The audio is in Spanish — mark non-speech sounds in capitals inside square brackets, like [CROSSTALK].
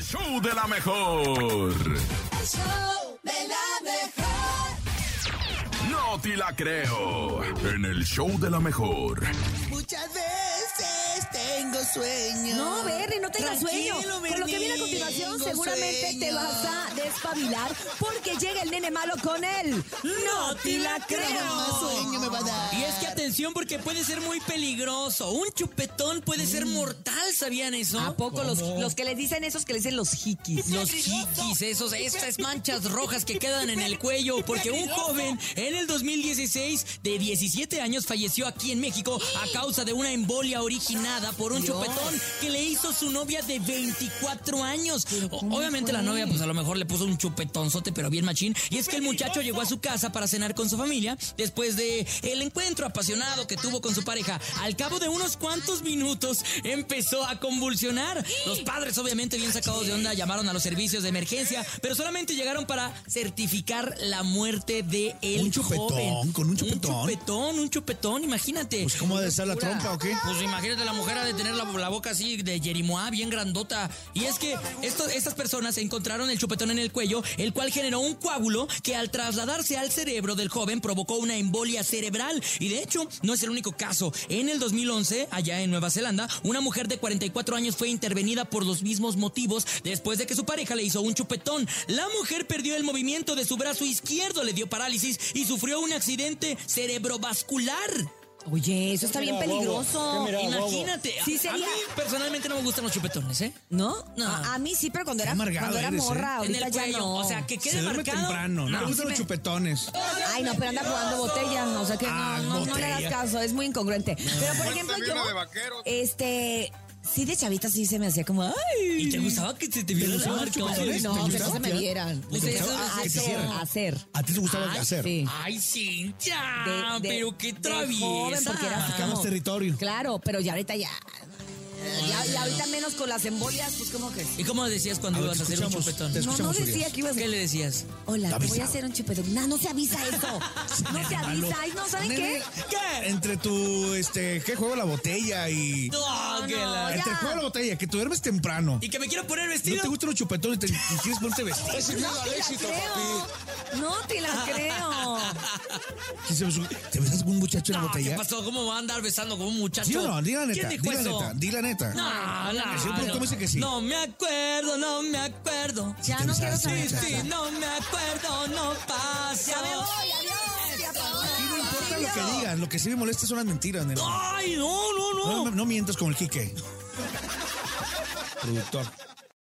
show de la mejor. El show de la mejor. No te la creo. En el show de la mejor. Muchas veces tengo sueño. No, Berry, no tengas sueño. Con lo que viene a continuación, seguramente te vas a despabilar porque llega el nene malo con él. ¡No te la Más creo! sueño me va a dar. Y es que atención porque puede ser muy peligroso. Un chupetón puede ser mortal, ¿sabían eso? Mm. ¿A poco los, los que les dicen esos que les dicen los jiquis? Los jiquis, esos, estas manchas rojas que quedan en el cuello, porque un joven en el 2016 de 17 años falleció aquí en México a causa de una embolia originada por un chupetón que le hizo su novia de 24 años. O- Obviamente la novia pues a lo mejor le puso un chupetonzote, pero bien machín. Y es que el muchacho llegó a su casa para cenar con su familia después de el encuentro apasionado que tuvo con su pareja. Al cabo de unos cuantos minutos empezó a convulsionar. Los padres obviamente bien sacados de onda llamaron a los servicios de emergencia, pero solamente llegaron para certificar la muerte de el Un chupetón, joven. con un chupetón. Un chupetón, un chupetón, imagínate. Pues cómo ha de estar la trompa o qué? Pues imagínate la mujer ha de tener la, la boca así de Jerimoa, bien grandota. Y es que esto- estas personas encontraron el chupetón en el cuello, el cual generó un coágulo que al trasladarse al cerebro del joven provocó una embolia cerebral. Y de hecho, no es el único caso. En el 2011, allá en Nueva Zelanda, una mujer de 44 años fue intervenida por los mismos motivos después de que su pareja le hizo un chupetón. La mujer perdió el movimiento de su brazo izquierdo, le dio parálisis y sufrió un accidente cerebrovascular. Oye, eso está bien peligroso. Imagínate. Sí, a- sería- A mí personalmente no me gustan los chupetones, ¿eh? ¿No? No. A, a mí sí, pero cuando era, amargado cuando era eres, ¿eh? morra, En ahorita el ya cuello. no. O sea, que Se quede duerme marcado. temprano, no, No. le gustan los chupetones. Ay, no, pero anda jugando botella. O sea que no, Ah, no, no le botella. hagas caso, es muy incongruente. Pero por ejemplo, yo. Este. Sí, de chavita sí se me hacía como. ¡Ay! ¿Y te gustaba que se te viera la gustaban los marca? chupetones? No, ¿Te Ah, que no gustaba? se me vieran. Pues Que eso no- es que te hacer, cierran. hacer. ¿A ti te gustaba Ay, Ah, hacer? sí. Ay, Cintia. De- de- pero qué de joven, traviesa. porque eras Sacabas como- territorio. Claro, pero ya ahorita ya. Ya, Ah. ya ahorita menos con las embolias, pues como que. ¿Y cómo decías cuando A ver, ibas te a hacer un escuchamos, chupetón? te No, no escuchamos, decía Urias. que ibas a. ¿Qué le decías? Hola, te voy a avisado. hacer un chupetón. No, no se avisa [LAUGHS] eso. No se avisa. Ay, no, ¿saben qué? ¿Qué? Entre tu, este, ¿qué juego la botella y... No, que la- ya. Entre el juego la botella, que tú duermes temprano. Y que me quiero poner No vestido. te gustan los chupetones te- y quieres ponerte vestido. No te la creo. No te la creo. ¿Qué se besó? ¿Te besas con un muchacho en la No, ¿Qué botella? pasó? ¿Cómo va a andar besando con un muchacho? ¿Sí o no? Di la neta, ¿Quién di dijo la eso? neta, di la neta. No, no, Sí, pero tú me dices que sí. No me acuerdo, no me acuerdo. Ya te no besaste, quiero Sí, saber. sí, no me acuerdo, no pasa. Ya me voy, adiós. Ya Aquí no importa lo que digas. digas, lo que sí me molesta son las mentiras, nena. Ay, no, no, no. [LAUGHS] No, no mientas como el Quique. Productor.